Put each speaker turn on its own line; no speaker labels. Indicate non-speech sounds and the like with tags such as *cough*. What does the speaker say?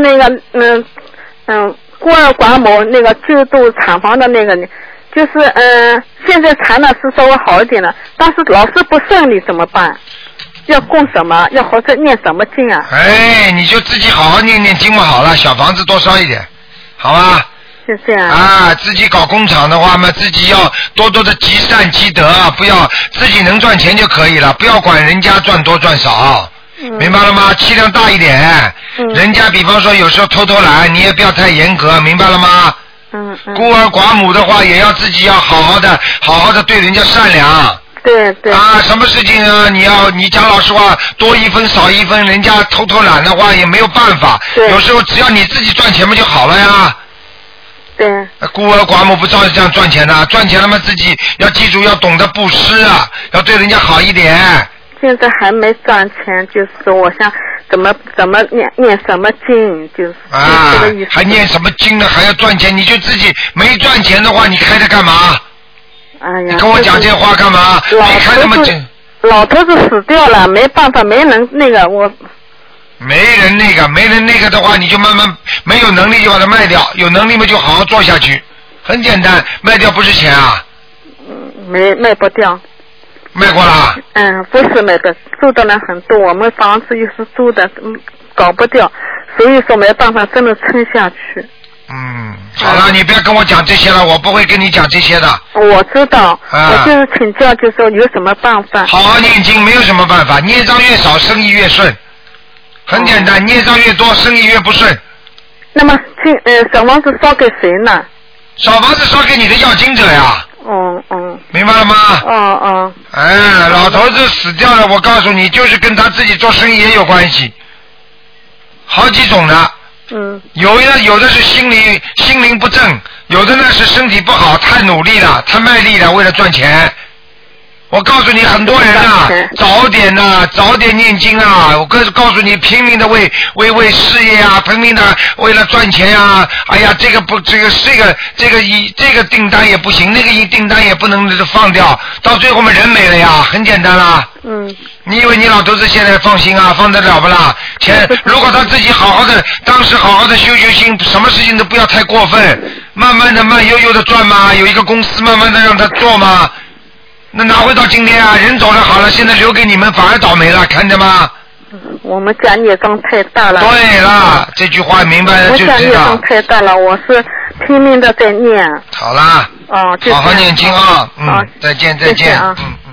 那个嗯嗯，孤儿寡母那个救助厂房的那个，就是嗯，现在缠的是稍微好一点了，但是老是不顺利怎么办？要供什么？要或者念什么经啊？
哎，你就自己好好念念经嘛，好了，小房子多烧一点，好吧？
是这样。
啊，自己搞工厂的话嘛，自己要多多的积善积德，啊不要自己能赚钱就可以了，不要管人家赚多赚少，
嗯
明白了吗？气量大一点，人家比方说有时候偷偷懒，你也不要太严格，明白了吗？
嗯嗯。
孤儿寡母的话，也要自己要好好的，好好的对人家善良。
对对。
啊，什么事情啊？你要你讲老实话，多一分少一分，人家偷偷懒的话也没有办法。有时候只要你自己赚钱不就好了呀？
对。
孤儿寡母不照样赚钱的、赚钱了嘛自己要记住要懂得布施啊，要对人家好一点。
现在还没赚钱，就是我想怎么怎么念念什么经，就是
啊，还念什么经呢？还要赚钱？你就自己没赚钱的话，你开它干嘛？
哎呀。
你跟我讲这话干嘛？
就是老
你开那么
头
紧
子，老头子死掉了，没办法，没人那个我。
没人那个，没人那个的话，你就慢慢没有能力就把它卖掉，有能力嘛就好好做下去，很简单，卖掉不是钱啊，
嗯没卖不掉。
卖过啊啦。
嗯，不是卖的，住的人很多，我们房子又是租的，嗯，搞不掉，所以说没办法，真的撑下去。
嗯，好了，你不要跟我讲这些了，我不会跟你讲这些的。
我知道，
啊
我就是请教，就说有什么办法？
好好念经没有什么办法，孽障越少，生意越顺，很简单，孽障越多，生意越不顺。
那么，请呃，小王子烧给谁呢？
小房子烧给你的要经者呀，
嗯嗯
明白了吗？
嗯嗯，
哎，老头子死掉了，我告诉你，就是跟他自己做生意也有关系，好几种的。
嗯。
有的有的是心理心灵不正，有的呢是身体不好，太努力了，太卖力了，为了赚钱。我告诉你，很多人啊，早点呐、早点念经啊！我告告诉你，拼命的为为为事业啊，拼命的为了赚钱啊！哎呀，这个不，这个这个这个一这个订单也不行，那个一订单也不能放掉，到最后嘛，人没了呀，很简单啊啦。
嗯。
你以为你老头子现在放心啊，放得了不啦？
*laughs*
钱，如果他自己好好的，当时好好的修修心，什么事情都不要太过分，慢慢的、慢悠悠的赚嘛，有一个公司慢慢的让他做嘛。那拿回到今天啊，人走了好了，现在留给你们反而倒霉了，看着吗？
我们家孽障太大了。
对啦，这句话明白
我
了就
家
知
孽
道
障。太大了，我是拼命的在念。
好啦，
哦，就这
好
样
好念经啊，
好
嗯，再见
谢
再
谢
见，
啊
嗯嗯。